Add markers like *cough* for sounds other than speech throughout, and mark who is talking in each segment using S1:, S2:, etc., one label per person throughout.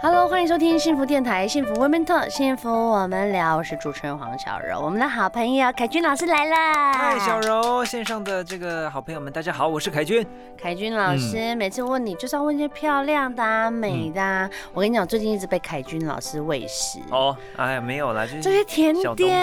S1: Hello，欢迎收听幸福电台，幸福 Women Talk，幸福我们聊。我是主持人黄小柔，我们的好朋友凯君老师来啦。
S2: 嗨，小柔，线上的这个好朋友们，大家好，我是凯军。
S1: 凯君老
S2: 嗯
S1: 师、每次问你就是要问一些漂亮的、啊、美的、啊。我跟你讲，最近一直被凯君老师喂食、
S2: 哦，哎呀，没有啦，就是
S1: 这些甜
S2: 小东西
S1: 点。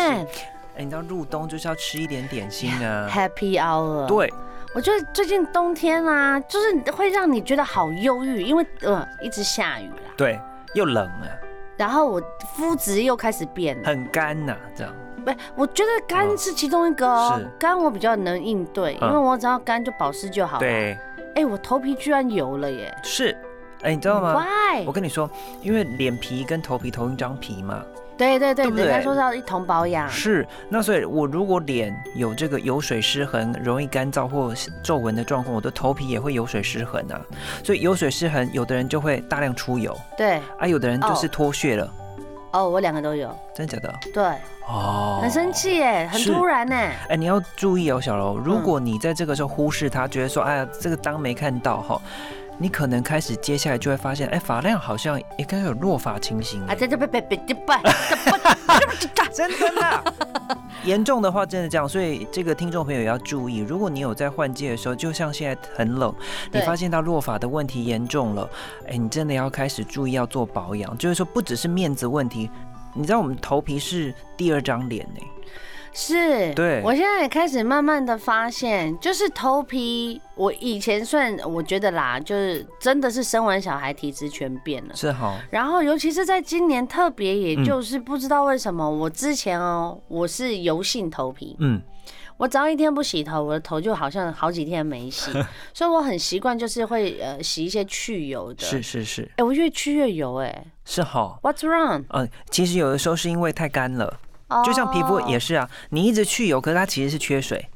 S2: 哎，你知道入冬就是要吃一点点心
S1: *laughs*
S2: 呢、
S1: Happy Hour。，
S2: 嗯对，
S1: 我觉得最近冬天啊，就是会让你觉得好忧郁，因为呃一直下雨啦，
S2: 对，又冷啊，
S1: 然后我肤质又开始变了。
S2: 很干呐、这样。
S1: 不，我觉得干
S2: 嗯
S1: 是其中一个哦
S2: 是，
S1: 干我比较能应对，因
S2: 嗯
S1: 为我只要干就保湿就好了。，
S2: 对，
S1: 哎，我头皮居然油了耶！
S2: 是。哎，你知道吗？
S1: Why？
S2: 我跟你说，因为脸皮跟头皮同一张皮嘛，
S1: 对对对，
S2: 对不
S1: 人家
S2: 对
S1: 说是要一同保养。
S2: 是。那所以，我如果脸有这个油水失衡、容易干燥或皱纹的状况，我的头皮也会油水失衡啊。所以油水失衡，有的人就会大量出油，
S1: 对，
S2: 啊，有的人就
S1: 哦
S2: 是脱屑了，
S1: 哦，我两个都有，
S2: 真的假的？
S1: 对。
S2: 哦
S1: 很生。气嗯耶，很
S2: 是
S1: 突然呢。
S2: 哎，你要注意哦，小柔，如果你在这个时候忽视它，觉得说，哎呀，这个当没看到哈，你可能开始接下来就会发现，哎，发量好像也开始有落发情形
S1: 啊，
S2: 了。
S1: 这这不不不这不这不
S2: 真
S1: *laughs*
S2: 的啦，严重的话真的这样，所以这个听众朋友也要注意，如果你有在换季的时候，就像现在很冷，你
S1: 对
S2: 发现到落发的问题严重了，哎，你真的要开始注意要做保养，就是说不只是面子问题，你知道我们头皮是第二张脸呢、
S1: 是，
S2: 对
S1: 我现在也开始慢慢的发现，就是头皮，我以前算我觉得啦，就是真的是生完小孩体质全变了。
S2: 是哈，
S1: 然后，尤其是在今年特别，也
S2: 嗯
S1: 就是不知道为什么，我之前哦，我是油性头皮，
S2: 嗯，
S1: 我只要一天不洗头，我的头就好像好几天没洗，所以我很习惯就是会呃洗一些去油的。
S2: 是，是是
S1: 哎，我越去越油，哎
S2: 是哈。
S1: ，What's wrong？
S2: 嗯，其实有的时候是因为太干了，就像皮肤
S1: 哦
S2: 也是啊，你一直去油，可是它其实是缺水。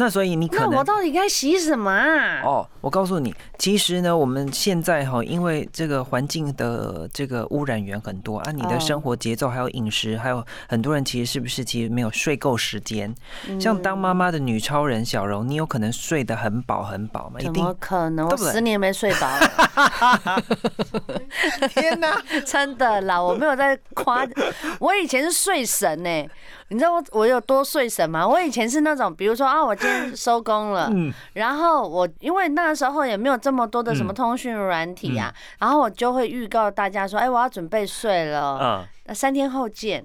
S2: 那所以你可
S1: 那我
S2: 能
S1: 到底该洗什么、啊？
S2: 哦，我告诉你，其实呢，我们现在哈，因为这个环境的这个污染源很多啊，你
S1: 哦
S2: 的生活节奏还有饮食，还有很多人其实是不是其实没有睡够时间？
S1: 嗯
S2: 像当妈妈的女超人小柔，你有可能睡得很饱很饱嘛，一
S1: 怎
S2: 定
S1: 么可能？我
S2: 对不对
S1: 十年没睡饱了，
S2: *laughs* 天哪！
S1: *laughs* 真的啦，我没有在夸。我以前是睡神呢、你知道我我有多睡神吗？我以前是那种，比如说啊，我今天收工了，
S2: 嗯
S1: 然后我因为那时候也没有这么多的什么
S2: 嗯
S1: 通讯软体啊，然后我就会预告大家说，哎、我要准备睡了，
S2: 嗯，
S1: 那、三天后见。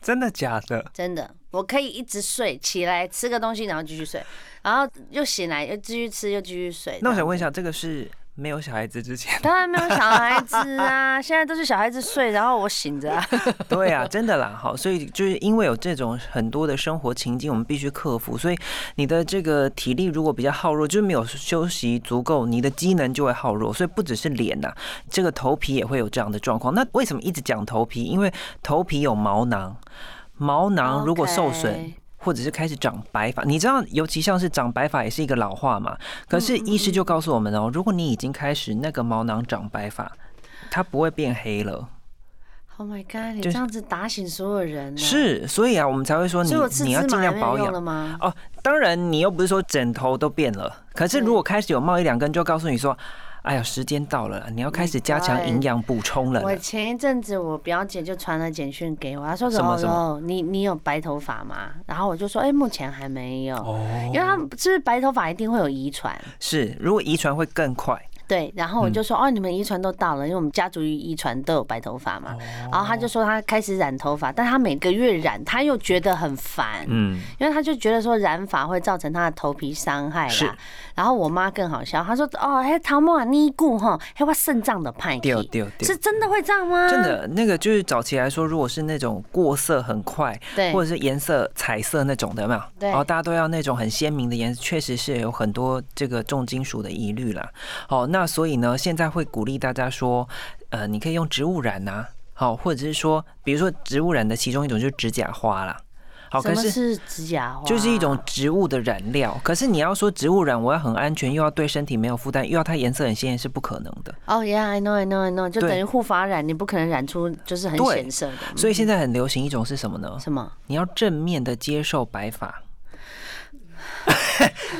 S2: 真的假的？
S1: 真的，我可以一直睡，起来吃个东西，然后继续睡，然后又醒来，又继续吃，又继续睡。
S2: 那我
S1: 这样
S2: 想问一下，这个是没有小孩子之前
S1: 当然没有小孩子啊， *laughs* 现在都是小孩子睡，然后我醒着、啊。
S2: 对啊，真的啦，好，所以就是因为有这种很多的生活情境，我们必须克服，所以你的这个体力如果比较耗弱，就是没有休息足够，你的机能就会耗弱，所以不只是脸呐、这个头皮也会有这样的状况。那为什么一直讲头皮？因为头皮有毛囊，毛囊如果受损。
S1: OK
S2: 或者是开始长白发，你知道，尤其像是长白发也是一个老话嘛。可是医师就告诉我们哦，如果你已经开始那个毛囊长白发，它不会变黑了。
S1: Oh my god！你
S2: 就
S1: 这
S2: 是
S1: 样子打醒所有人、呢？，
S2: 是，所以啊，我们才会说你
S1: 嗯所以我吃
S2: 你要
S1: 芝
S2: 尽
S1: 麻也
S2: 量
S1: 没
S2: 保
S1: 有用
S2: 养。
S1: 了吗？
S2: 哦，当然，你又不是说枕头都变了，可是如果开始有冒一两根，就告诉你说，哎呀，时间到了啦，你要开始加强营养补充了啦。
S1: 我前一阵子我表姐就传了简讯给我，她说
S2: 什么什么
S1: 哦，你你有白头发吗？然后我就说，哎、目前还没有，因
S2: 哦，
S1: 为他们是不是白头发一定会有遗传？
S2: 是，如果遗传会更快。
S1: 对，然后我
S2: 嗯
S1: 就说、哦，你们遗传都到了，因为我们家族遗传都有白头发
S2: 哦
S1: 嘛。然后他就说他开始染头发，但他每个月染，他又觉得很烦，
S2: 嗯，
S1: 因为他就觉得说染发会造成他的头皮伤害
S2: 是
S1: 啦。然后我妈更好笑，她说哦，嘿，头毛啊尼固哈，嘿，我肾脏的派
S2: 丢
S1: 系，
S2: 丢丢
S1: 是。真的会这样吗？
S2: 真，的，那个就是早期来说，如果是那种过色很快，
S1: 对，
S2: 或者是颜色彩色那种的，有没有？
S1: 对
S2: 哦，大家都要那种很鲜明的颜色，确实是有很多这个重金属的疑虑啦。好、那所以呢，现在会鼓励大家说，呃，你啊哦可以用植物染呐、好、或者是说，比如说植物染的其中一种就是指甲花啦。好，哦可
S1: 什么
S2: 是
S1: 是指甲花？啊
S2: 就是一种植物的染料。可是你要说植物染，我要很安全，又要对身体没有负担，又要它颜色很鲜艳，是不可能的。
S1: 哦、y e a h I know, I know, I know，就
S2: 对
S1: 等于护发染，你不可能染出就是很
S2: 对
S1: 显色的。
S2: 所以现在很流行一种是什么呢
S1: 嗯？什么？
S2: 你要正面的接受
S1: *laughs*
S2: 白发。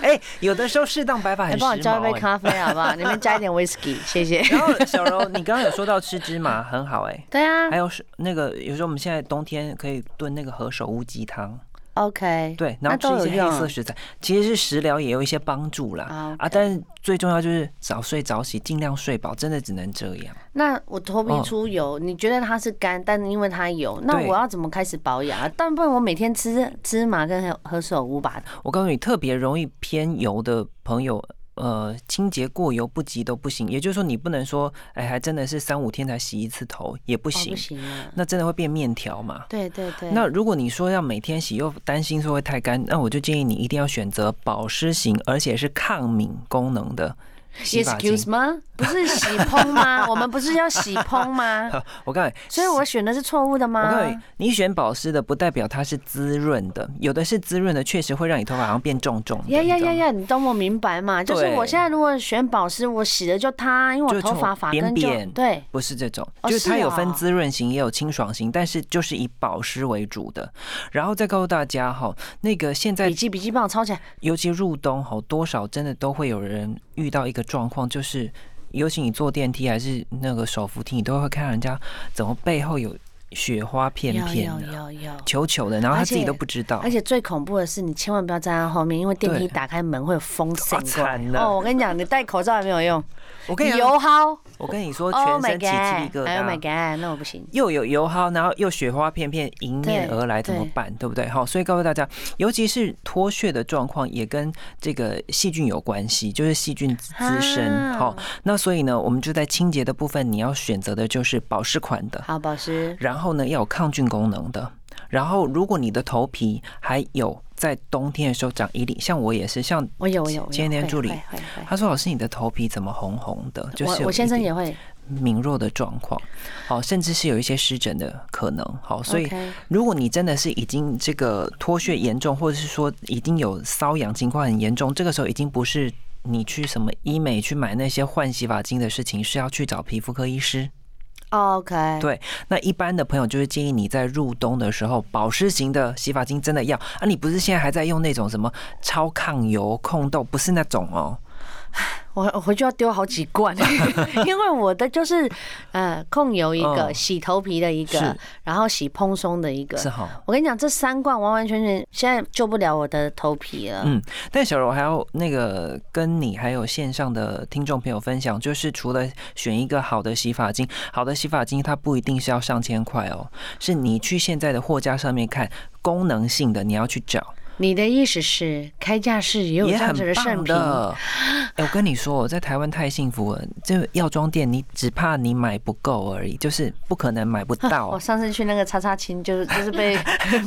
S2: 哎、有的时候适当白发
S1: 来
S2: 很时髦、
S1: 帮我叫一杯
S2: 哎
S1: 咖啡好不好？里面加一点 whisky，谢谢。
S2: 然后小柔，你刚刚有说到吃芝麻，很好哎、
S1: 对啊
S2: 还有是那个，有时候我们现在冬天可以炖那个何首乌鸡汤，
S1: ，OK，
S2: 对，
S1: 那
S2: 然后吃
S1: 都有
S2: 一些黑色
S1: 用
S2: 食材，其实是食疗也有一些帮助啦
S1: 啊。
S2: 啊，但是最重要就是早睡早起，尽量睡饱，真的只能这样。
S1: 那我头皮
S2: 嗯
S1: 出油，你觉得它是干，但因为它油，那
S2: 对
S1: 我要怎么开始保养啊？但不然我每天吃芝麻跟何何首乌吧。
S2: 我告诉你，特别容易偏油的朋友。呃，清洁过犹不及都不行，也就是说，你不能说，哎，还真的是三五天才洗一次头也不
S1: 哦
S2: 行，
S1: 不行啊。
S2: 那真的会变面条嘛。
S1: 对对对。
S2: 那如果你说要每天洗，又担心说会太干，那我就建议你一定要选择保湿型，而且是抗敏功能的洗发精。
S1: Excuse me，不是洗烹
S2: *laughs*
S1: 吗？我们不是要洗烹吗？
S2: 我告诉你，
S1: 所以我选的是错误的
S2: 我
S1: 吗？
S2: 告诉你，你选保湿的不代表它是滋润的，有的是滋润的，确实会让你头发好像变重重的。
S1: 呀呀
S2: 你知道
S1: 呀
S2: 吗！
S1: 呀！你懂我明白嘛？就是
S2: 对
S1: 我现在如果选保湿，我洗的就它，因为
S2: 就
S1: 我头发
S2: 从
S1: 发
S2: 边
S1: 根就
S2: 边
S1: 对。
S2: 不是这种，
S1: 哦
S2: 就是它
S1: 是
S2: 有
S1: 哦
S2: 分滋润型，也有清爽型，但是就是以保湿为主的。然后再告诉大家哈，那个现在
S1: 笔记笔记帮我抄起来。
S2: 尤其入冬吼，多少真的都会有人遇到一个状况，就是尤其你坐电梯还是那个手扶梯，你都会看到人家怎么背后有雪花片片
S1: 有
S2: 的、
S1: 有有有。
S2: 球球的，然后他
S1: 而且
S2: 自己都不知道
S1: 而。且最恐怖的是，你千万不要站在后面，因为电梯
S2: 对
S1: 打开门会有风扇
S2: 啊
S1: 过来
S2: 惨。了
S1: 哦，我跟你讲，你戴口罩也没有用，
S2: 我跟你讲
S1: 油耗。
S2: 我跟你说，
S1: Oh
S2: 全
S1: my
S2: 身起鸡
S1: god！
S2: 皮疙
S1: Oh my
S2: 瘩。
S1: god！那我不行。
S2: 又有油耗，然后又雪花片片迎面
S1: 对
S2: 而来，怎么
S1: 对
S2: 办？对不对？好，所以告诉大家，尤其是脱屑的状况，也跟这个细菌有关系，就是细菌滋生。
S1: 啊
S2: 好，那所以呢，我们就在清洁的部分，你要选择的就是保湿款的。
S1: 好，保湿。
S2: 然后呢要有抗菌功能的。然后如果你的头皮还有在冬天的时候长一粒，像我也是，像
S1: 我有我有。我有
S2: 今天
S1: 会
S2: 助理
S1: 会会会
S2: 他说老师你的头皮怎么红红的，就是
S1: 我我先生也
S2: 有
S1: 会。
S2: 一点敏弱的状况，好，甚至是有一些湿疹的可能，好，所以
S1: OK
S2: 如果你真的是已经这个脱屑严重，或者是说已经有瘙痒情况很严重，这个时候已经不是。你去什么医美去买那些换洗发精的事情，是要去找皮肤科医师。
S1: OK。
S2: 对，那一般的朋友就是建议你在入冬的时候，保湿型的洗发精真的要啊，你不是现在还在用那种什么超抗油控痘，不是那种哦，
S1: 我我回去要丢好几
S2: *laughs*
S1: 罐，因为我的就是呃控油一个，
S2: 嗯
S1: 洗头皮的一个
S2: 是，
S1: 然后洗蓬松的一个。
S2: 是哈。
S1: 我跟你讲，这三罐完完全全现在救不了我的头皮了。
S2: 嗯但小柔还要那个跟你还有线上的听众朋友分享，就是除了选一个好的洗发精，好的洗发精它不一定是要上千块哦，是你去现在的货架上面看功能性的，你要去找。
S1: 你的意思是开架式也有哎这
S2: 也
S1: 样
S2: 很
S1: 子的
S2: 棒
S1: 圣品？
S2: 的。哎、我跟你说，我在台湾太幸福了。这药妆店，你只怕你买不够而已，就是不可能买不
S1: 我 *laughs*
S2: 到。
S1: 哦上次去那个叉叉青，就是 *laughs* 就是被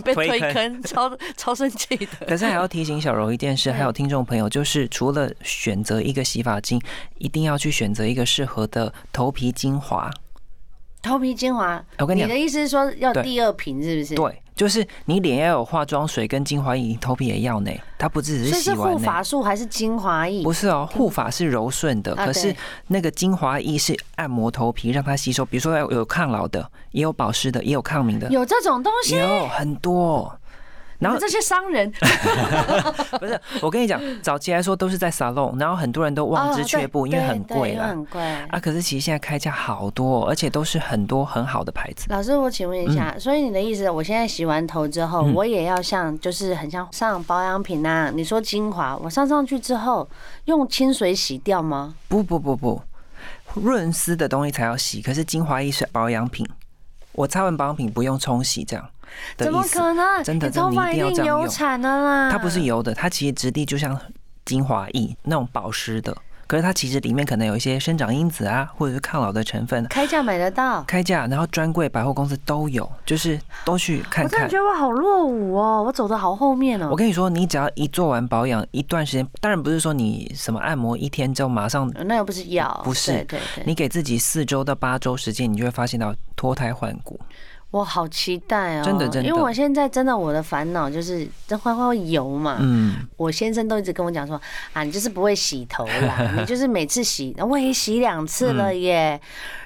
S1: 被
S2: 推
S1: 推
S2: 坑
S1: 坑， *laughs* 超超生气的。
S2: 可是还要提醒小柔一件事，还有听众朋友，就是除了选择一个洗发精，一定要去选择一个适合的头皮精华。
S1: 头皮精华，
S2: *laughs* 我跟你
S1: 你
S2: 讲
S1: 的意思是说要
S2: 对
S1: 第二瓶是不是？，
S2: 对，就是你脸要有化妆水跟精华液，你头皮也要呢。它不
S1: 所
S2: 只是
S1: 以
S2: 洗
S1: 是护
S2: 完呢。
S1: 发素还是精华液？
S2: 不是哦，护发是柔顺的，
S1: 啊
S2: 可是
S1: 对
S2: 那个精华液是按摩头皮，让它吸收。比如说有有抗老的，也有保湿的，也有抗敏的，
S1: 有这种东西？
S2: 有很多。然
S1: 你
S2: 后
S1: 们这些商人
S2: 不是，我跟你讲，早期来说都是在 salon，然后很多人
S1: 哦
S2: 都望之却步，因为很贵
S1: 了，
S2: 啦。
S1: 很贵。
S2: 啊，可是其实现在开价好多哦，而且都是很多很好的牌子。
S1: 老师，我请问一下，所以你的意思，我现在洗完头之后，
S2: 嗯
S1: 我也要像就是很像上保养品那样？你说精华，我上上去之后用清水洗掉吗？
S2: 不不不不，润丝的东西才要洗，可是精华液是保养品，我擦完保养品不用冲洗这样的
S1: 怎
S2: 意
S1: 么
S2: 思。
S1: 可能？
S2: 真的
S1: 你头发
S2: 真的你一定要
S1: 一
S2: 这
S1: 定
S2: 样
S1: 有
S2: 用
S1: 产的啦。
S2: 它不是油的，它其实质地就像精华液那种保湿的，可是它其实里面可能有一些生长因子啊，或者是抗老的成分。啊
S1: 开价买得到。
S2: 开价，然后专柜、百货公司都有，就是都去看
S1: 我真的
S2: 看
S1: 觉。得我好落伍哦，我走的好后面
S2: 我
S1: 哦。
S2: 跟你说，你只要一做完保养一段时间，当然不是说你什么按摩一天之后马上，
S1: 那又不是药，
S2: 不是
S1: 对对对。
S2: 你给自己四周到八周时间，你就会发现到脱胎换骨。
S1: 我好期待哦、
S2: 真的真的
S1: 因为我现在真的我的烦恼就是这花花会油嘛，
S2: 嗯，
S1: 我先生都一直跟我讲说啊，你就是不会洗头
S2: *laughs*
S1: 啦，你就是每次洗，啊我也洗两次了
S2: 嗯
S1: 耶。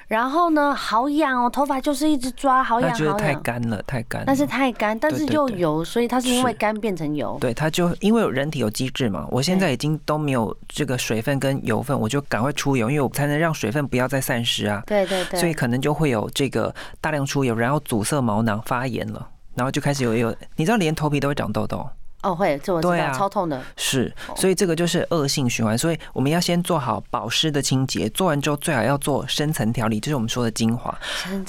S1: 然后呢，好痒哦，头发就是一直抓，好
S2: 他
S1: 痒
S2: 觉得
S1: 好
S2: 太
S1: 痒。
S2: 干了，太干了。
S1: 但是太干，但是
S2: 对对
S1: 又
S2: 对
S1: 油，所以它是因为
S2: 是
S1: 干变成油。
S2: 对，它就因为有人体有机制嘛，我现在已经都没有这个水分跟油分，我就赶快出油，因为我才能让水分不要再散失啊，
S1: 对对对，
S2: 所以可能就会有这个大量出油，然后阻塞毛囊发炎了。然后就开始有有，你知道连头皮都会长痘痘，
S1: 哦会，这我知道，
S2: 对啊
S1: 超痛的。
S2: 是，
S1: 哦
S2: 所以这个就是恶性循环。所以我们要先做好保湿的清洁，做完之后最好要做深层调理，这是我们说的精华。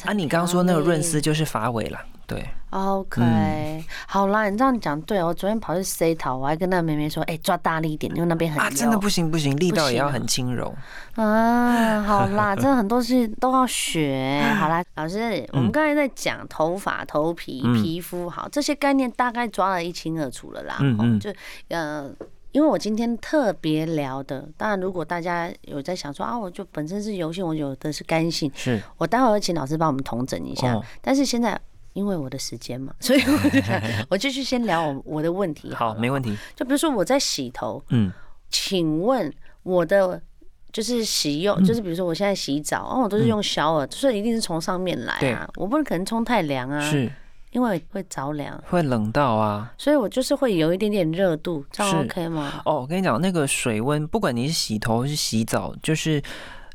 S2: 啊，你刚刚说那个润丝就是发尾啦，对，
S1: OK，、
S2: 嗯
S1: 好啦，你这样讲对哦。我昨天跑去 C 桃，我还跟那个妹妹说，哎、抓大力一点，因为那边很
S2: 啊，真的
S1: 油
S2: 不行不行，力
S1: 哎不
S2: 道
S1: 行
S2: 也要
S1: 啊
S2: 很轻柔。
S1: 啊，好
S2: *laughs*
S1: 啦，真的很多事都要学。好啦，老师，我们
S2: 嗯
S1: 刚才在讲头发、头皮、
S2: 嗯
S1: 皮肤，好，这些概念大概抓得一清二楚了啦。
S2: 嗯
S1: 哦
S2: 嗯
S1: 就呃。因为我今天特别聊的，当然如果大家有在想说啊，我就本身是油性，我有的是干性，
S2: 是，
S1: 我待会儿请老师帮我们统整一下。
S2: 哦
S1: 但是现在因为我的时间嘛， *laughs* 所以我就想我继续先聊我我的问题
S2: 好，
S1: 了
S2: 没问题。
S1: 就比如说我在洗头，
S2: 嗯，
S1: 请问我的就是洗
S2: 嗯
S1: 用，就是比如说我现在洗澡，哦，我都是用小耳，所以一定是从上面来啊，我不能可能冲太凉啊，
S2: 是
S1: 因为会着凉，
S2: 会冷到啊。
S1: 所以我就是会有一点点热度，这样
S2: 是
S1: OK 吗？
S2: 哦，我跟你讲，那个水温，不管你是洗头还是洗澡，就是。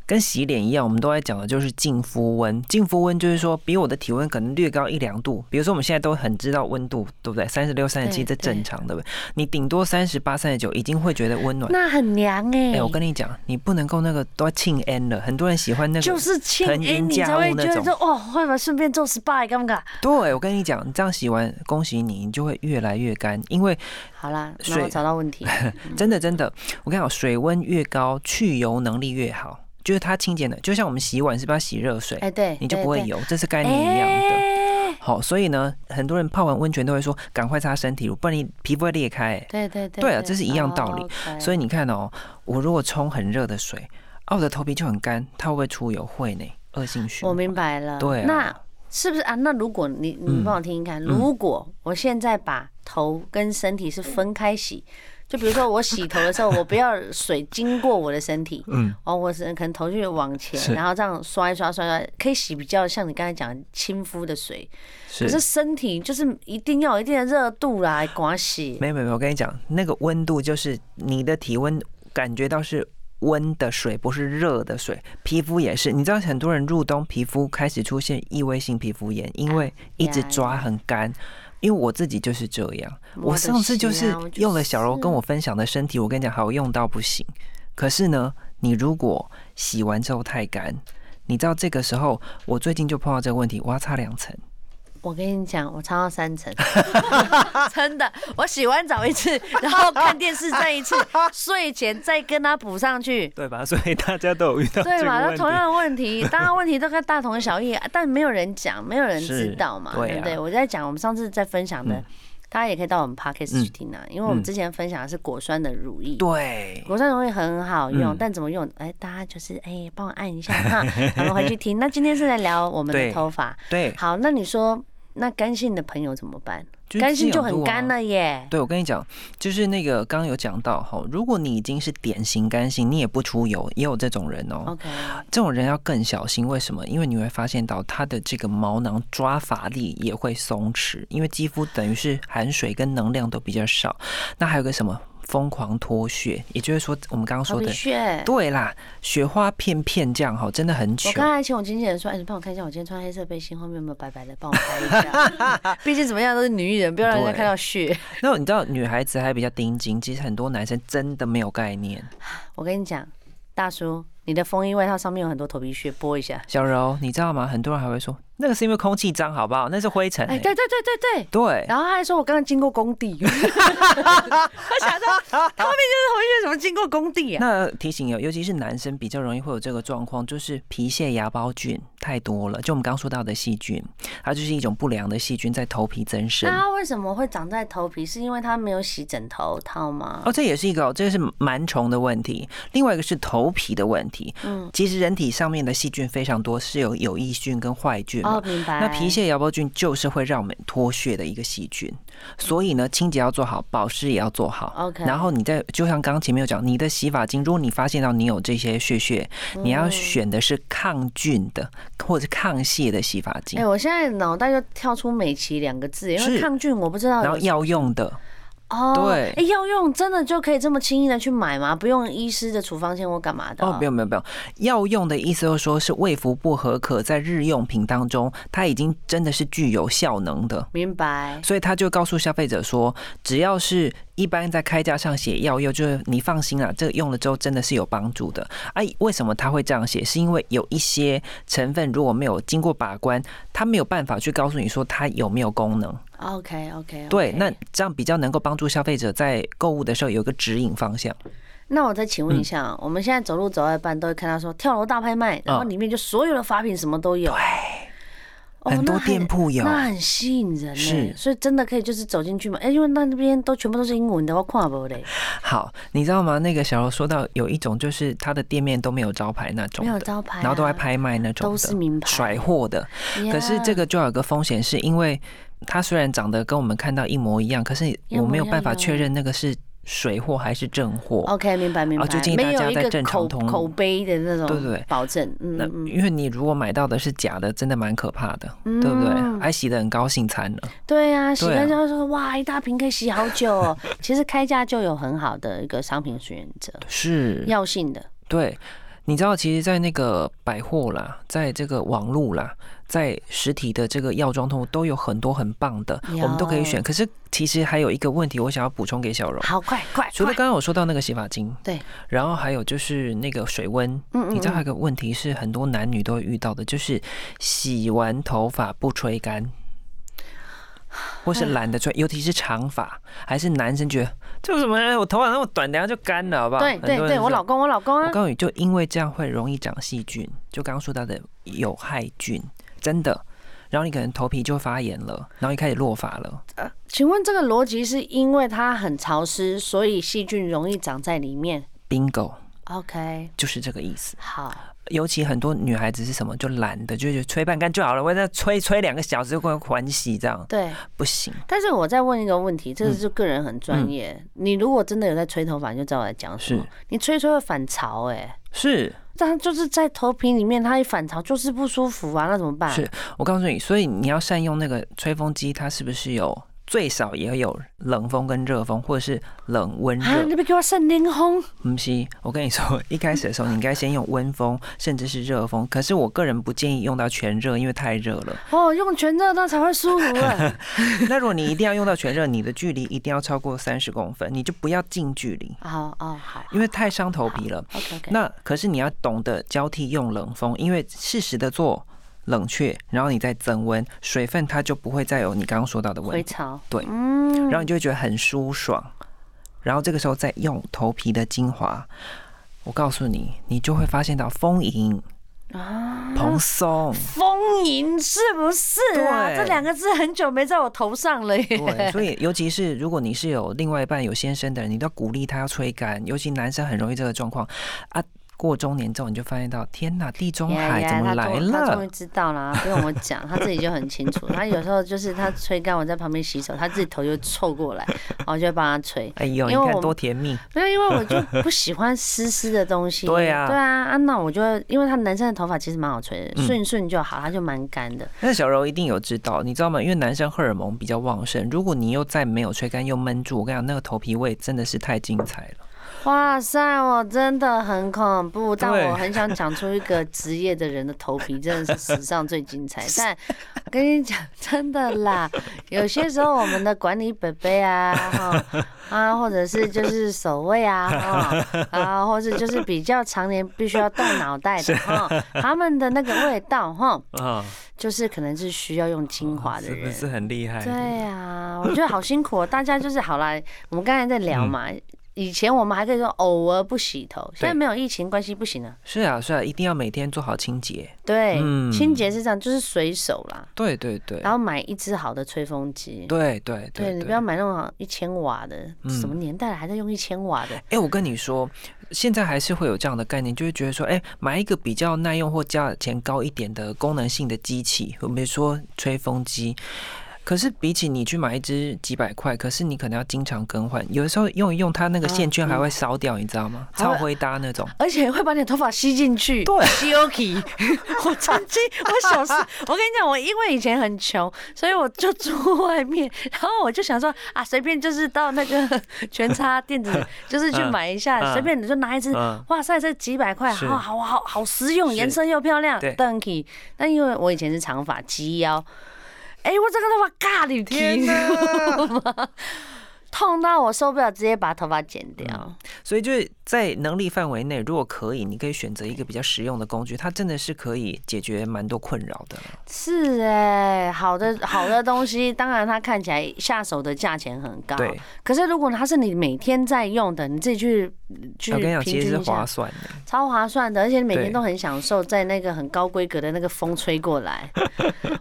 S2: 跟洗脸一样，我们都在讲的就是净肤温。净肤温就是说，比我的体温可能略高一两度。比如说，我们现在都很知道温度，对不对？三十六、三十七，
S1: 对
S2: 这
S1: 对
S2: 正常，对不对？你顶多三十八、三十九，已经会觉得温暖。
S1: 那很凉哎、
S2: 哦哎、我跟你讲，你不能够那个都要庆安了。很多人喜欢那个，
S1: 就是庆
S2: 腾
S1: 哎，
S2: 云
S1: 你
S2: 驾
S1: 才会
S2: 雾
S1: 觉
S2: 那
S1: 得
S2: 种
S1: 说哦，会不会顺便做 SPA 干不干？
S2: 对我跟你讲，你这样洗完，恭喜你，你就会越来越干，因为
S1: 好啦，那
S2: 水
S1: 我找到问
S2: *laughs*
S1: 题了。
S2: 真的真的，我跟你讲，水温越高，去油能力越好，就是它清洁的，就像我们洗碗是不是要洗热水，
S1: 哎，对，
S2: 你就
S1: 对
S2: 不会
S1: 对
S2: 油，这是概
S1: 哎，
S2: 念一样的。好，所以呢，很多人泡完温泉都会说，赶快擦身体乳，不然你皮肤会裂开、欸
S1: 对对对，
S2: 对啊这是一样道理。所
S1: 以
S2: 以你看哦，我如果冲很热的水，啊，我的头皮就很干，它会不会出油？会呢，恶性循
S1: 我
S2: 环。
S1: 明白了。
S2: 对啊
S1: 那是不是啊？那如果你你
S2: 嗯
S1: 帮我听听看，如果我现在把头跟身体是分开洗，就比如说我洗头的时候，我不要水经过我的身体。
S2: 嗯，
S1: 哦，我是可能头就往前，
S2: 是
S1: 然后这样刷一刷刷一刷，可以洗比较像你刚才讲的亲肤的水，可
S2: 是
S1: 是身体就是一定要有一定的热度啦，刮洗。
S2: 没有没有，没有我跟你讲，那个温度就是你的体温感觉到是温的水，不是热的水。皮肤也是，你知道很多人入冬皮肤开始出现异位性皮肤炎，因为一
S1: *laughs*
S2: 直
S1: 呀
S2: 抓
S1: 呀
S2: 很干。因为我自己就是这样，
S1: 我
S2: 我
S1: 的
S2: 上次就
S1: 心
S2: 是
S1: 啊我就
S2: 用了小柔跟
S1: 是
S2: 我分享的身体，我跟你讲好用到不行。可是呢，你如果洗完之后太干，你知道这个时候我最近就碰到这个问题，我要擦两层。
S1: 我跟你讲，我擦到三层， *laughs* 真的。我洗完澡一次，然后看电视再
S2: *laughs*
S1: 一次，睡前再跟他补上去，
S2: 对吧？所以大家 *laughs* 都有遇到
S1: 对嘛？那同样的问题，大家问题都跟大同小异， *laughs* 但没有人讲，没有人知道嘛，
S2: 是对啊
S1: 对不对？我在讲，我们上次在分享的
S2: 嗯，
S1: 大家也可以到我们 podcast 去听啊，因为我们
S2: 嗯
S1: 之前分享的是果酸的乳液。
S2: 对，
S1: 果酸容易很好用，
S2: 嗯
S1: 但怎么用？哎，大家就是哎，帮我按一
S2: *laughs*
S1: 下哈，然后回去听。那今天是在聊我们的
S2: 对
S1: 头发，
S2: 对，
S1: 好，那你说那干性的朋友怎么办？
S2: 就是
S1: 干性
S2: 自
S1: 就
S2: 由
S1: 很
S2: 度啊
S1: 干。了耶。
S2: 对，我跟你讲，就是那个刚刚有讲到哈，如果你已经是典型干性，你也不出油，也有这种人哦。
S1: OK，
S2: 这种人要更小心，为什么？因为你会发现到他的这个毛囊抓法力也会松弛，因为肌肤等于是含水跟能量都比较少。那还有个什么疯狂脱屑，也就是说我们刚刚
S1: 头
S2: 说
S1: 皮
S2: 的，
S1: 屑。
S2: 对啦，雪花片片这样哈，真的很
S1: 我
S2: 糗。
S1: 刚才请我经纪人说，哎，你帮我看一下我今天穿黑色背心后面有没有白白的，帮我拍一
S2: *laughs*
S1: 下。毕竟怎么样都是女艺人，不要让人家
S2: 对
S1: 看到血。
S2: 那你知道女孩子还比较盯紧，其实很多男生真的没有概念。
S1: 我跟你讲，大叔，你的风衣外套上面有很多头皮屑，拨一下。
S2: 小柔，你知道吗？很多人还会说那个是因为空气脏，好不好？那是灰尘、
S1: 哎，
S2: 欸。
S1: 对对对对对。
S2: 对
S1: 然后他还说我刚刚经过工
S2: *laughs*
S1: 地，我想说他后面就是头皮屑，怎么经过工地啊？
S2: 那提醒有，尤其是男生比较容易会有这个状况，就是皮屑芽孢菌太多了。就我们刚刚说到的细菌，它就是一种不良的细菌在头皮增生
S1: 那。它为什么会长在头皮？是因为它没有洗枕头套吗
S2: 哦，？这也是一个哦，这是螨虫的问题。另外一个是头皮的问题。
S1: 嗯，
S2: 其实人体上面的细菌非常多，是有有益菌跟坏菌嘛
S1: 哦，明白。
S2: 那皮屑芽孢菌就是会让我们脱屑的一个细菌，所以呢，清洁要做好，保湿也要做好。
S1: OK
S2: 然后你在就像刚刚前面有讲，你的洗发精，如果你发现到你有这些屑屑，
S1: 嗯
S2: 你要选的是抗菌的或者抗屑的洗发
S1: 哎、
S2: 精，
S1: 我现在脑袋就跳出美琪两个字，因为
S2: 是
S1: 抗菌我不知道
S2: 然后
S1: 有
S2: 药用的。
S1: 哦，
S2: 对
S1: 哎、药用真的就可以这么轻易的去买吗？不用医师的处方签或干嘛的？
S2: 哦，没有没有没有，药用的意思就是说是卫福部合可在日用品当中，它已经真的是具有效能的。
S1: 明白。
S2: 所以他就告诉消费者说，只要是一般在开价上写药用，就是你放心啦，这个用了之后真的是有帮助的。哎、为什么他会这样写？是因为有一些成分如果没有经过把关，他没有办法去告诉你说它有没有功能。
S1: OK OK，,
S2: 对，那这样比较能够帮助消费者在购物的时候有一个指引方向。
S1: 那我再请
S2: 嗯
S1: 问一下，哦我们现在走路走到一半都会看到说跳楼大拍卖，
S2: 嗯
S1: 然后里面就所有的法品什么都有，哦
S2: 很多
S1: 那
S2: 店铺有
S1: 那很吸引人呢
S2: 是。
S1: 所以真的可以就是走进去嘛？哎、因为那边都全部都是英文的，我看不嘞，
S2: 好，你知道吗？那个小柔说到有一种就是它的店面都没有招牌那种
S1: 没有
S2: 的，
S1: 招牌、啊
S2: 然后都在，拍卖那种的，
S1: 都是名牌
S2: 甩货的。可是这
S1: 个
S2: 个就有一个风险，是因为它虽然长得跟我们看到一模一样，可是
S1: 一模
S2: 我没有办
S1: 一
S2: 法
S1: 样
S2: 确认那个是水货还是正货。
S1: OK 明白明白，
S2: 就建议哦大
S1: 没有
S2: 家
S1: 一
S2: 在
S1: 个
S2: 正常
S1: 口
S2: 通路
S1: 口碑的那种
S2: 对对对
S1: 保证，嗯
S2: 那
S1: 嗯
S2: 因为你如果买到的是假的，真的蛮可怕的，
S1: 嗯，
S2: 对不对？还洗得很高兴惨了。
S1: 对啊，洗
S2: 对啊
S1: 干净就说哇一大瓶可以洗好久、
S2: *laughs*
S1: 哦，其实开价就有很好的一个商品选择，
S2: 是，
S1: 药性的。
S2: 对。你知道，其实，在那个百货啦，在这个网络啦，在实体的这个药妆通路都有很多很棒的，我们都可以选。可是，其实还有一个问题，我想要补充给小柔。
S1: 好，快快
S2: 除了
S1: 快！
S2: 刚刚我说到那个洗发精，
S1: 对，
S2: 然后还有就是那个水温，
S1: 嗯
S2: 你知道还有个问题是很多男女都会遇到的，就是洗完头发不吹干，或是懒得吹，尤其是长发，还是男生觉得这有什么？我头发那么短，等下就干了，好不好？
S1: 对
S2: 很
S1: 对
S2: 多人
S1: 对，
S2: 是
S1: 我
S2: 这
S1: 老
S2: 样。
S1: 公，我老公
S2: 我
S1: 啊，
S2: 告诉你，就因为这样会容易长细菌，就刚刚说到的有害菌，真的。然后你可能头皮就发炎了，然后你开始落发了。
S1: 请问这个逻辑是因为它很潮湿，所以细菌容易长在里面
S2: Bingo，
S1: ？OK，
S2: 就是这个意思。
S1: 好，
S2: 尤其很多女孩子是什么，就懒得，就觉得吹半干就好了，我再吹吹两个小时就会还洗，这样
S1: 对。
S2: 不行。
S1: 但是我再问一个问题，
S2: 嗯
S1: 这个是个人很专业。你如果真的有在吹头发，你就知道我在讲什么
S2: 是。
S1: 你吹一吹会反潮、哎，
S2: 是
S1: 但它就是在头皮里面，它一反潮就是不舒服啊，那怎么办？
S2: 是，我告诉你，所以你要善用那个吹风机，它是不是有最少也有冷风跟热风，或者是冷温
S1: 啊，
S2: 热？
S1: 你别给我圣灵轰，
S2: 不是，我跟你说，一开始的时候你应该先用温风，甚至是热风。可是我个人不建议用到全热，因为太热了。 *laughs*
S1: 哦，用全热那才会舒服啊。
S2: 那如果你一定要用到全热，你的距离一定要超过三十公分，你就不要近距离，
S1: 好哦，好
S2: 因为太伤头皮了。
S1: ，OK OK，
S2: 那可是你要懂得交替用冷风，因为适时的做冷却，然后你再增温，水分它就不会再有你刚刚说到的问
S1: 回
S2: 题，
S1: 潮，
S2: 对
S1: 嗯
S2: 然后你就会觉得很舒爽。然后这个时候再用头皮的精华，我告诉你，你就会发现到丰盈、
S1: 啊。*laughs*
S2: 蓬松。
S1: 丰盈是不是啊？
S2: 对
S1: 这两个字很久没在我头上了
S2: 对，
S1: 耶。
S2: 所以尤其是如果你是有另外一半有先生的人，你都要鼓励他要吹干，尤其男生很容易这个状况啊。过中年之后，你就发现到，天哪，地中
S1: 呀
S2: 海
S1: 呀
S2: 怎么来
S1: 他终他终
S2: 了
S1: 于？知道啦，不用我讲，他自己就很清楚。他有时候就是他吹干，我在旁边洗手，他自己头就凑过来，然后就会帮他吹。
S2: 哎呦，你
S1: 因为
S2: 看
S1: 我
S2: 多甜蜜！
S1: 没有，因为我就不喜欢湿湿的东西。
S2: 对啊
S1: 对啊，啊，那我就会因为他男生的头发其实蛮好吹的，
S2: 嗯
S1: 顺顺就好，他就蛮干的。
S2: 那小柔一定有知道，你知道吗？因为男生荷尔蒙比较旺盛，如果你又再没有吹干又闷住，我跟你讲，那个头皮味真的是太精彩了。
S1: 哇塞，我真的很恐怖，但
S2: 对
S1: 我很想讲出一个职业的人的头皮真的是史上最精彩。但我跟你讲，真的啦，有些时候我们的管理北北啊，哈啊，或者是就是守卫啊，哈啊，或者就是比较常年必须要动脑袋的哈，他们的那个味道哈，
S2: 啊，
S1: 就是可能是需要用精华的人。
S2: 很厉害
S1: 对啊，我觉得好辛苦、哦。大家就是好啦，我们刚才在聊嘛，
S2: 嗯
S1: 以前我们还可以说偶尔不洗头，现在没有疫情关系不行了。
S2: 是啊，是啊，一定要每天做好清洁。
S1: 对，
S2: 嗯
S1: 清洁是这样，就是随手啦，
S2: 对对对，
S1: 然后买一支好的吹风机。
S2: 对对
S1: 对
S2: 对嗯
S1: 你不
S2: 对
S1: 要。买那种一千瓦的，什么年代了还在用一千瓦的？
S2: 哎、我跟你说，现在还是会有这样的概念，就会觉得说，哎、买一个比较耐用或价钱高一点的功能性的机器，我们说吹风机。可是比起你去买一只几百块，可是你可能要经常更换，有的时候用一用它那个
S1: 啊
S2: 线圈还
S1: 嗯
S2: 会烧掉，你知道吗？
S1: 还
S2: 超
S1: 会
S2: 灰搭那种。
S1: 而且会把你的头发吸进去，
S2: 对
S1: 吸 o k *laughs* 我曾经，我小 *laughs* 时，我跟你讲，我因为以前很穷，所以我就住外面，然后我就想说啊，随便就是到那个 *laughs* 全差电子， *laughs* 就是去
S2: 嗯
S1: 买一下，
S2: 嗯
S1: 随便你就拿一支，
S2: 嗯
S1: 哇塞，这几百块，
S2: 是
S1: 好好好好实用，
S2: 是
S1: 颜色又漂亮
S2: 对
S1: ，Dunky。但因为我以前是长发及腰，哎，我这个头发尬里
S2: 天
S1: 听，
S2: 哪！
S1: *laughs* 痛到我受不了，直接把头发剪掉
S2: 嗯。所以就是在能力范围内，如果可以，你可以选择一个比较实用的工具，它真的是可以解决蛮多困扰的。
S1: 是哎、好
S2: 嗯
S1: 的好的东西，当然它看起来下手的价钱很高，
S2: 对，
S1: 可是如果它是你每天在用的，你自己去去
S2: 我跟你
S1: 平
S2: 讲，其实
S1: 均
S2: 是
S1: 一下
S2: 划，算的。
S1: 超划算的，而且你每天
S2: 对
S1: 都很享受在那个很高规格的那个风吹过
S2: *laughs*
S1: 来。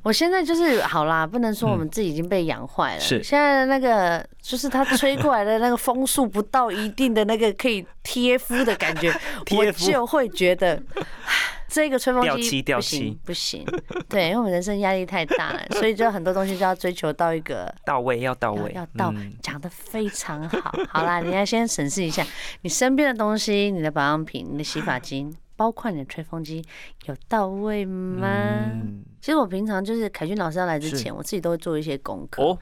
S1: 我现在就是好啦，不能说我们自己已经被养坏了，
S2: 是，
S1: 现在的那个就是它吹过来的那个风速不到一定的那个可以贴肤的感觉
S2: *laughs* 贴
S1: 我
S2: 肤
S1: 就会觉得。 *sighs* 这个吹风
S2: 掉漆
S1: 机
S2: 掉
S1: 不
S2: 漆
S1: 行，不行，对，因为我们人生压力太大了，所以就很多东西就要追求到一个
S2: 到位要到
S1: 要
S2: 位，
S1: 要到
S2: 嗯，
S1: 讲的非常好。 *laughs* 好啦，你要先审视一下你身边的东西，你的保养品、你的洗发精，包括你的吹风机，有到位吗？
S2: 嗯
S1: 其实我平常就是凯军老师要来之
S2: 是
S1: 前，我自己都会做一些功课。
S2: 哦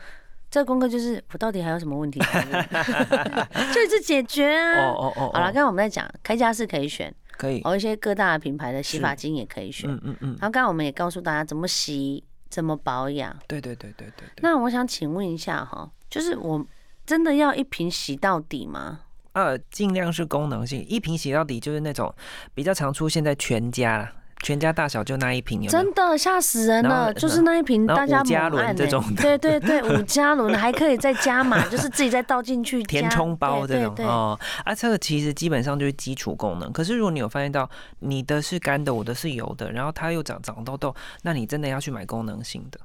S1: 这个功课就是我到底还有什么
S2: *laughs*
S1: 问题想问，就一直解决
S2: 哦
S1: 啊。
S2: 哦哦，
S1: 好了，刚
S2: 哦，
S1: 刚我们在讲开家是可以选，
S2: 可以，
S1: 哦，一些各大品牌的洗发精也可以选。
S2: 嗯嗯嗯
S1: 然，后刚刚我们也告诉大家怎么洗，怎么保养。
S2: 对对对对对对。
S1: 那我想请问一下哈，就是我真的要一瓶洗到底吗？
S2: 呃，尽量是功能性，一瓶洗到底就是那种比较常出现在全家啦，全家大小就那一瓶，有没有
S1: 真的吓死人
S2: 然后嗯
S1: 了！就是那一瓶
S2: 然后
S1: 大家
S2: 五加
S1: 猛
S2: 仑
S1: 按
S2: 这
S1: 欸
S2: 种的
S1: 对对对，
S2: *laughs*
S1: 五加仑还可以再加码， *laughs* 就是自己再倒进去加
S2: 填充包
S1: 对
S2: 这
S1: 对
S2: 种
S1: 对，
S2: 哦，啊，这个其实基本上就是基础功能。可是如果你有发现到你的是干的，我的是油的，然后它又长长痘痘，那你真的要去买功能性的，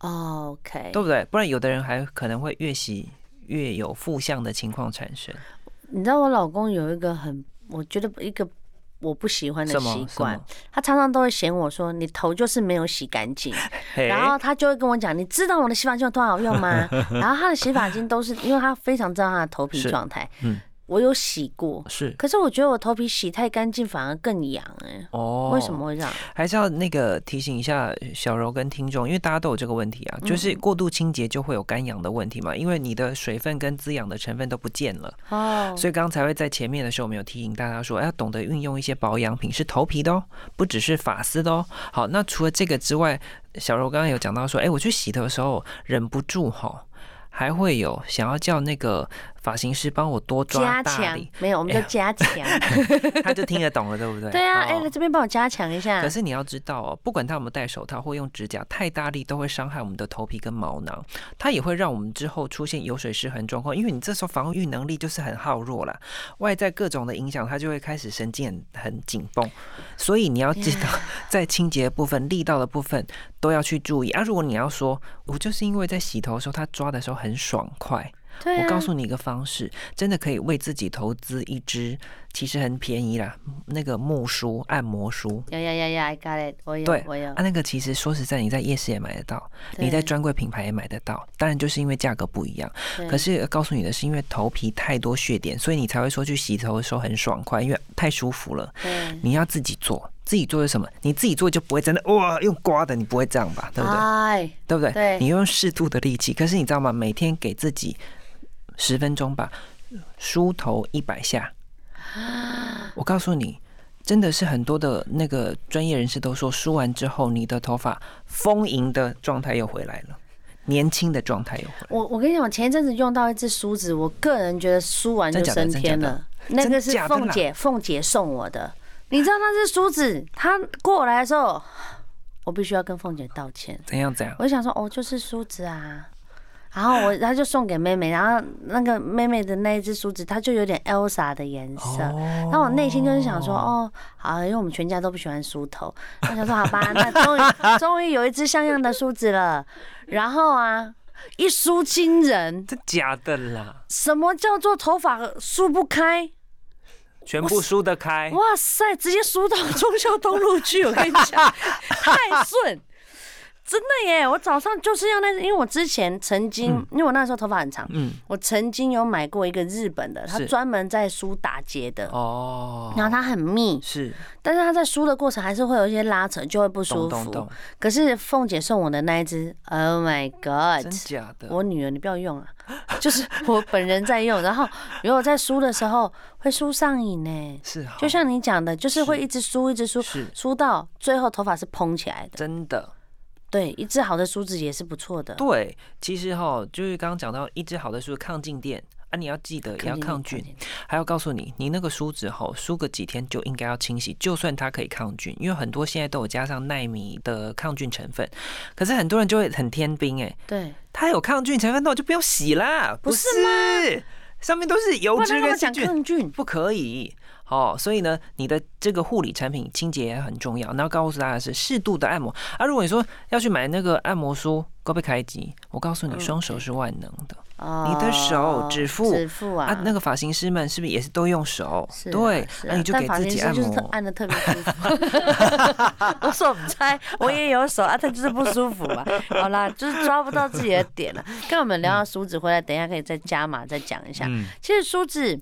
S1: 哦 OK，
S2: 对不对？不然有的人还可能会越洗越有负向的情况产生。
S1: 你知道我老公有一个很，我觉得一个我不喜欢的
S2: 什么
S1: 习
S2: 什
S1: 惯
S2: 么，？
S1: 他常常都会嫌我说你头就是没有洗干净，
S2: 嘿
S1: 然后他就会跟我讲，你知道我的洗发精有多好用
S2: *laughs*
S1: 吗？然后他的洗发精都是，因为他非常知道他的头皮
S2: 是
S1: 状态，
S2: 嗯
S1: 我有洗过，
S2: 是
S1: 可是我觉得我头皮洗太干净反而更痒哎、
S2: 哦，
S1: 为什么？会这样？
S2: 还是要那个提醒一下小柔跟听众，因为大家都有这个问题啊，
S1: 嗯
S2: 就是过度清洁就会有干痒的问题嘛，因为你的水分跟滋养的成分都不见了。
S1: 哦，
S2: 所以刚才会在前面的时候，我们有提醒大家说，哎要懂得运用一些保养品，是头皮的哦，不只是发丝的哦。好，那除了这个之外，小柔刚刚有讲到说，哎，我去洗头的时候忍不住哈，还会有想要叫那个发型师帮我多
S1: *laughs*
S2: 抓
S1: 加
S2: 大
S1: 强
S2: 力，
S1: 没有，我们
S2: 哎
S1: 就加
S2: 呀 *laughs*
S1: 强。
S2: 他就听得懂了，对不对？
S1: 对啊，
S2: 哦
S1: 哎、来这边帮我加强一下
S2: 可。是你要知道哦，不管他有没有戴手套或用指甲，太大力都会伤害我们的头皮跟毛囊，它也会让我们之后出现油水失衡状况。因为你这时候防御能力就是很耗弱啦，外在各种的影响，它就会开始神经很很紧
S1: *laughs*
S2: 绷。所以你要记得，
S1: 嗯
S2: *laughs* 在清洁的部分、力道的部分都要去注意啊。如果你要说，我就是因为在洗头的时候，它抓的时候很爽快，
S1: 对啊，
S2: 我告诉你一个方式，真的可以为自己投资一支，其实很便宜啦，那个木梳按摩梳。
S1: 有有有有，I got it，我有
S2: 对
S1: 我有
S2: 啊，。那个其实说实在，你在夜市也买得到，
S1: 对
S2: 你在专柜品牌也买得到，当然就是因为价格不一样。
S1: 对
S2: 可是告诉你的是，因为头皮太多血点，所以你才会说去洗头的时候很爽快，因为太舒服了。
S1: 对
S2: 你要自己做，自己做是什么？你自己做就不会真的哇用刮的，你不会这样吧？对不对？
S1: 哎，
S2: 对不对？
S1: 对
S2: 你用适度的力气，可是你知道吗？每天给自己十分钟吧，梳头一百下。我告诉你，真的是很多的那个专业人士都说，梳完之后你的头发丰盈的状态又回来了，年轻的状态又回来了。
S1: 我我跟你讲，我前一阵子用到一支梳子，我个人觉得梳完就
S2: 真假的
S1: 升天
S2: 真假的
S1: 了。那个是
S2: 真假的啦
S1: 凤姐，凤姐送我的。你知道那支梳子，她过来的时候，我必须要跟凤姐道歉。
S2: 怎样怎样？
S1: 我就想说，哦，就是梳子啊。然后我，她就送给妹妹，然后那个妹妹的那一只梳子，它就有点 Elsa 的颜色。那我内心就是想说，哦，好，因为我们全家都不喜欢梳头，我想说，好吧，那终于终于有一只像样的梳子了。然后啊，一梳惊人，
S2: 这假的啦，
S1: 什么叫做头发梳不开？
S2: 全部输得开。
S1: 哇塞，直接输到忠孝东路去，我跟你
S2: *laughs*
S1: 讲，太顺。真的耶！我早上就是要那，因为我之前曾经，因为我那时候头发很长，
S2: 嗯，
S1: 我曾经有买过一个日本的，他
S2: 是
S1: 专门在梳打结的，
S2: 哦，
S1: 然后它很密，
S2: 是
S1: 但是它在梳的过程还是会有一些拉扯，就会不舒
S2: 懂懂
S1: 服
S2: 懂。，
S1: 可是凤姐送我的那一只，Oh my
S2: 真
S1: God！
S2: 假的？
S1: 我女儿，你不要用啊， *laughs* 就是我本人在用，然后如果在梳的时候会梳上瘾呢，
S2: 是哈，
S1: 就像你讲的，就是会
S2: 是
S1: 一直梳，一直梳，
S2: 是
S1: 梳到最后头发是蓬起来的。
S2: 真的。
S1: 对，一支好的梳子也是不错的。
S2: 对，其实哈，就是刚刚讲到一支好的梳抗静电啊，你要记得也要抗菌，还要告诉你，你那个梳子哈，梳个几天就应该要清洗，就算它可以抗菌，因为很多现在都有加上纳米的抗菌成分，可是很多人就会很天兵哎、
S1: 对，
S2: 它有抗菌成分，那我就不要洗啦，
S1: 不是
S2: 吗？上面都是油
S1: 不
S2: 脂
S1: 能跟
S2: 跟
S1: 我
S2: 细
S1: 讲
S2: 菌。
S1: 抗菌。
S2: 不可以哦，所以呢，你的这个护理产品清洁也很重要。那告诉大家的是适度的按摩啊。如果你说要去买那个按摩梳，够被开机，我告诉你，双手是万能的、
S1: 你
S2: 的手指腹
S1: 啊指腹啊，
S2: 啊。那个发型师们是不是也是都用手？
S1: 是啊
S2: 对，
S1: 是
S2: 那、你就
S1: 但
S2: 给
S1: 发
S2: 自
S1: 型
S2: 己
S1: 师
S2: 按
S1: 就是特
S2: 摩。
S1: 按的特别舒
S2: *laughs*
S1: 服。 *laughs* 我手不猜，我也有手啊，但就是不舒服
S2: *laughs*
S1: 嘛。好啦，就是抓不到自己的点了。跟我们聊到梳子回来，等一下可以再加码再讲一下。
S2: 嗯，
S1: 其实梳子，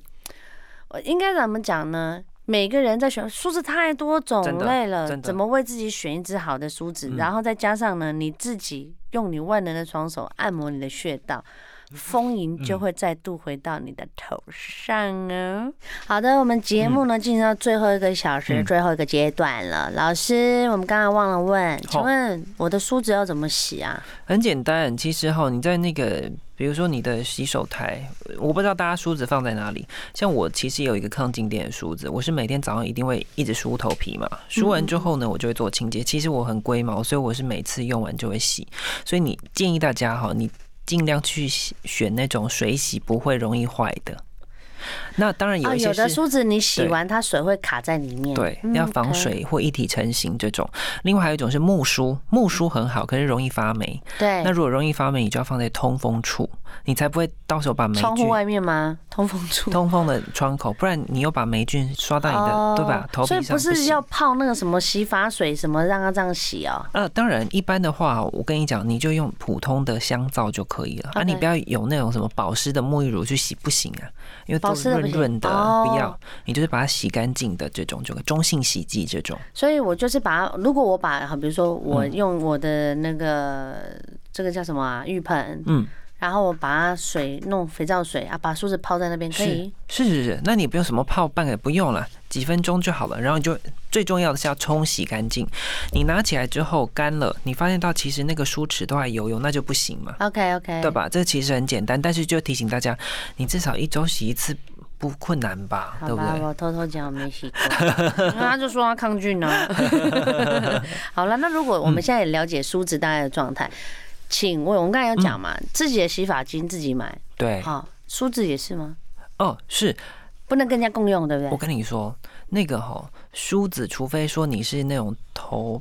S1: 我应该怎么讲呢？每个人在选梳子太多种类了，
S2: 真的嗯
S1: 怎么为自己选一支好的梳子？然后再加上呢，你自己用你万能的双手按摩你的穴道。丰盈
S2: 嗯
S1: 就会再度回到你的头上哦。好的，我们节目呢进行到最后一个小时、
S2: 嗯
S1: 最后一个阶段了。老师，我们刚才忘了问，
S2: 好
S1: 请问我的梳子要怎么洗啊？
S2: 很简单。其实哈，你在那个，比如说你的洗手台，我不知道大家梳子放在哪里。像我其实有一个抗静电的梳子，我是每天早上一定会一直梳头皮嘛。梳完之后
S1: 嗯
S2: 呢，我就会做清洁。其实我很龟毛，所以我是每次用完就会洗。所以你建议大家哈，你尽量去洗选那种水洗不会容易坏的。那当然有
S1: 哦，
S2: 一些
S1: 有
S2: 是、
S1: 的梳子你洗
S2: 对
S1: 完它水会卡在里面。
S2: 对
S1: 嗯，
S2: 要防
S1: OK
S2: 水或一体成型这种。另外还有一种是木梳，木梳很好，可是容易发霉。
S1: 对
S2: 那，如果容易发霉，你就要放在通风处，你才不会到时候把霉
S1: 窗户
S2: 菌
S1: 外面吗？通风处。
S2: 通风的窗口，不然你又把霉菌刷到你的、对吧？头皮
S1: 哦所
S2: 上
S1: 以不是
S2: 行
S1: 要泡那个什么洗发水什么让它这样洗哦。
S2: 呃，当然一般的话，我跟你讲，你就用普通的香皂就可以了啊，你
S1: OK
S2: 不要有那种什么保湿的沐浴乳去洗，不行啊，因为
S1: 保
S2: 都
S1: 湿
S2: 是
S1: 的不
S2: 润
S1: 行
S2: 润的，
S1: 哦
S2: 不要，你就是把它洗干净的这种，就中性洗剂这种，
S1: 所以我就是把它，如果我把，好比如说我用我的那个这个叫什么啊浴盆，
S2: 嗯。
S1: 然后我把它水弄肥皂水啊，把梳子泡在那边可以。
S2: 是是是，那你不用什么泡半个，不用了，几分钟就好了。然后你就最重要的是要冲洗干净。你拿起来之后干了，你发现到其实那个梳齿都还油油，那就不行嘛，
S1: OK OK，
S2: 对？吧？这其实很简单，但是就提醒大家，你至少一周洗一次不困难吧，
S1: 好
S2: 对不
S1: 吧，
S2: 对？
S1: 我偷偷讲我没洗
S2: *laughs*
S1: 过，因为他就说他抗菌呢、好了，那如果我们现在也了解梳子大概的状态，请问我们刚才有讲
S2: 嗯
S1: 嘛，自己的洗发精自己买，
S2: 对，
S1: 好、梳子也是吗？
S2: 哦，是
S1: 不能跟人家共用，对不
S2: 我
S1: 对？
S2: 跟你说，那个哈、梳子，除非说你是那种头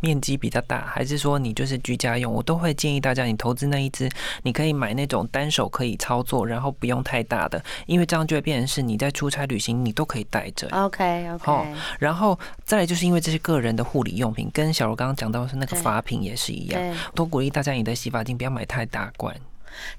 S2: 面积比较大，还是说你就是居家用，我都会建议大家你投资那一支，你可以买那种单手可以操作，然后不用太大的，因为这样就会变成是你在出差旅行你都可以带着。
S1: 啊 OK OK，、
S2: 哦然后再来就是因为这是个人的护理用品，跟小柔刚刚讲到的是那个
S1: 对
S2: 发品也是一样，
S1: 对
S2: 都鼓励大家你的洗发精不要买太大罐，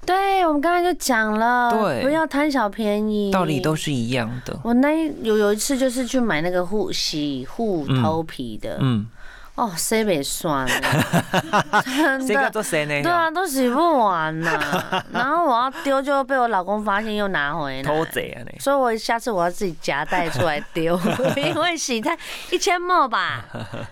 S1: 对，我们刚才就讲了，
S2: 对
S1: 不要贪小便宜，
S2: 道理都。是一样的。
S1: 我那一有有一次就是去买那个护洗护头皮的，
S2: 嗯，
S1: 哦，谁被算了，真
S2: 谁叫
S1: 的。
S2: 做谁呢？
S1: 对啊，都洗不完呐、
S2: *laughs*
S1: 然后我要丢，就被我老公发现，又拿回来。
S2: 偷贼啊你！
S1: 所以我下次我要自己夹带出来
S2: *laughs*
S1: 丢，因为洗它一千墨吧，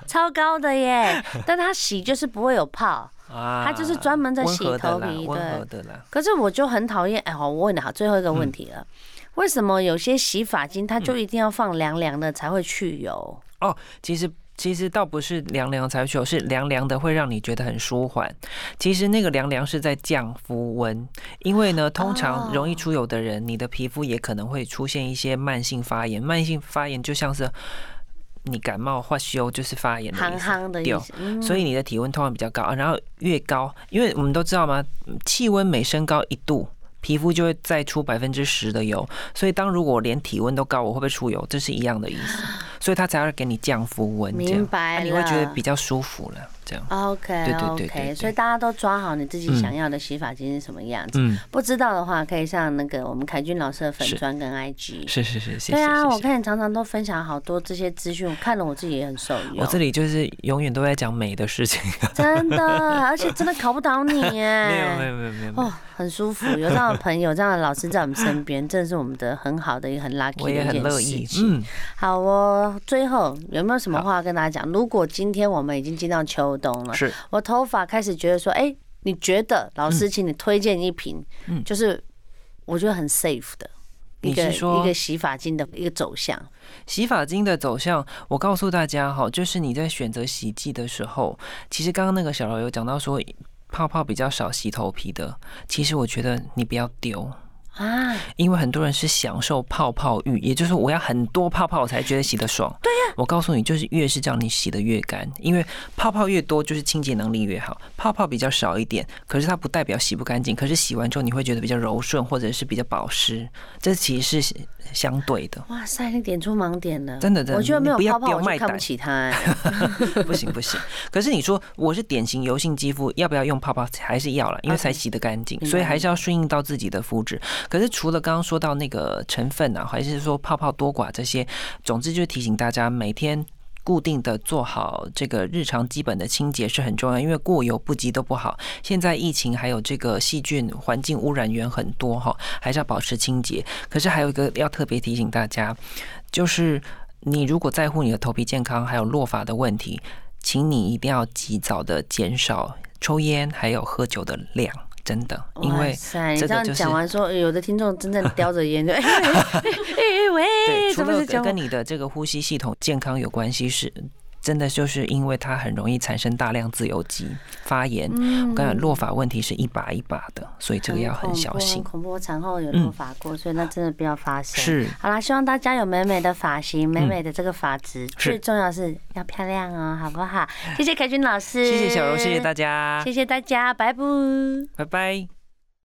S1: 超高的耶。但它洗就是不会有泡。
S2: 啊
S1: 它就是专门在洗
S2: 温和的
S1: 头
S2: 啦
S1: 皮
S2: 温和的啦。
S1: 可是我就很讨厌，哎，好，我问你好，最后一个问
S2: 嗯
S1: 题了，为什么有些洗发精它就一定要放凉凉的才会去油？
S2: 其实其实倒不是凉凉才去，是凉凉的会让你觉得很舒缓。其实那个凉凉是在降肤温，因为呢，通常容易出油的人，你的皮肤也可能会出现一些慢性发炎。慢性发炎就像是你感冒化休，就是发炎的
S1: 憨
S2: 意思。
S1: 憨的意思，嗯
S2: 所以你的啊体温通常比较高，然后越高，因为我们都知道嘛，气温每升高一度，皮肤就会再出百分之十的油。所以当如果我连体温都高，我会不会出油？这是一样的意思。所以它才会给你降肤温，这
S1: 啊明
S2: 样、
S1: 白
S2: 啊
S1: 了
S2: 你会觉得比较舒服了。这样，
S1: OK
S2: 对对对对
S1: OK，
S2: 对
S1: 所以大家都抓好你自己想要的洗发精是什么样子。
S2: 嗯，
S1: 不知道的话，可以上那个我们凯君老师的粉砖跟 IG。
S2: 是是是，谢谢。
S1: 对啊，
S2: 谢谢
S1: 我看你常常都分享好多这些资讯，我看了我自己也很受用。
S2: 我这里就是永远都在讲美的事情，啊
S1: 真的，而且真的考不倒你耶。
S2: *laughs* 没有没有没有没有没有，
S1: 嗯哦，很舒服，有这样的朋友、这样的老师在我们身边，真的是我们的很好的一个很 lucky
S2: 我
S1: 的一
S2: 也很
S1: 件
S2: 乐
S1: 事
S2: 意。
S1: 情。
S2: 嗯，
S1: 好哦，最后有没有什么话要跟大家讲？如果今天我们已经进到秋冬了，
S2: 是
S1: 我头发开始觉得说，哎、你觉得老师，请你推荐一瓶，
S2: 嗯
S1: 就是我觉得很 safe 的一
S2: 你
S1: 个
S2: 是说
S1: 一个洗发精的一个走向。
S2: 洗发精的走向，我告诉大家哈，就是你在选择洗剂的时候，其实刚刚那个小柔有讲到说。泡泡比较少洗头皮的，其实我觉得你不要丢，
S1: 啊，
S2: 因为很多人是享受泡泡浴，也就是我要很多泡泡我才觉得洗得爽。对呀、我告诉你，就是越是这样，你洗得越干，因为泡泡越多，就是清洁能力越好。泡泡比较少一点，可是它不代表洗不干净，可是洗完之后你会觉得比较柔顺，或者是比较保湿，这其实是相对的。
S1: 哇塞，你点出盲点了，
S2: 真的真的
S1: 我觉得没有
S2: 你不要
S1: 泡泡，
S2: 丢
S1: 我
S2: 麦
S1: 就看不
S2: 胆
S1: 起它、哎
S2: *laughs* 不行不行，可是你说我是典型油性肌肤，要不要用泡泡？还是要了，因为才洗得干净，
S1: 明白
S2: 所以还是要顺应到自己的肤质。可是除了刚刚说到那个成分啊，还是说泡泡多寡这些，总之就是提醒大家每天。固定的做好这个日常基本的清洁是很重要，因为过犹不及都不好。现在疫情还有这个细菌、环境污染源很多哈，还是要保持清洁。可是还有一个要特别提醒大家，就是你如果在乎你的头皮健康还有落发的问题，请你一定要及早的减少抽烟还有喝酒的量，真的，因
S1: 哇
S2: 为
S1: 塞，你
S2: 这
S1: 这
S2: 个
S1: 样
S2: 就是
S1: 讲完说，有的听众真正叼着烟就哎哎哎
S2: 对，
S1: 喂，
S2: 除
S1: 怎么
S2: 了
S1: 是讲我
S2: 跟你的这个呼吸系统健康有关系是。真的就是因为它很容易产生大量自由基发炎，
S1: 嗯
S2: 我跟你讲，落发问题是一把一把的，所以这个要很小心
S1: 恐。怖，很恐怖我产后有头发过，所以那真的不要发生。
S2: 是，
S1: 好啦，希望大家有美美的发型，美美的这个发质，
S2: 是
S1: 最重要是要漂亮哦，好 *laughs* 不好？谢谢凯君老师，
S2: 谢谢小柔，谢谢大，家
S1: 谢，谢大家，拜拜。
S2: 拜拜。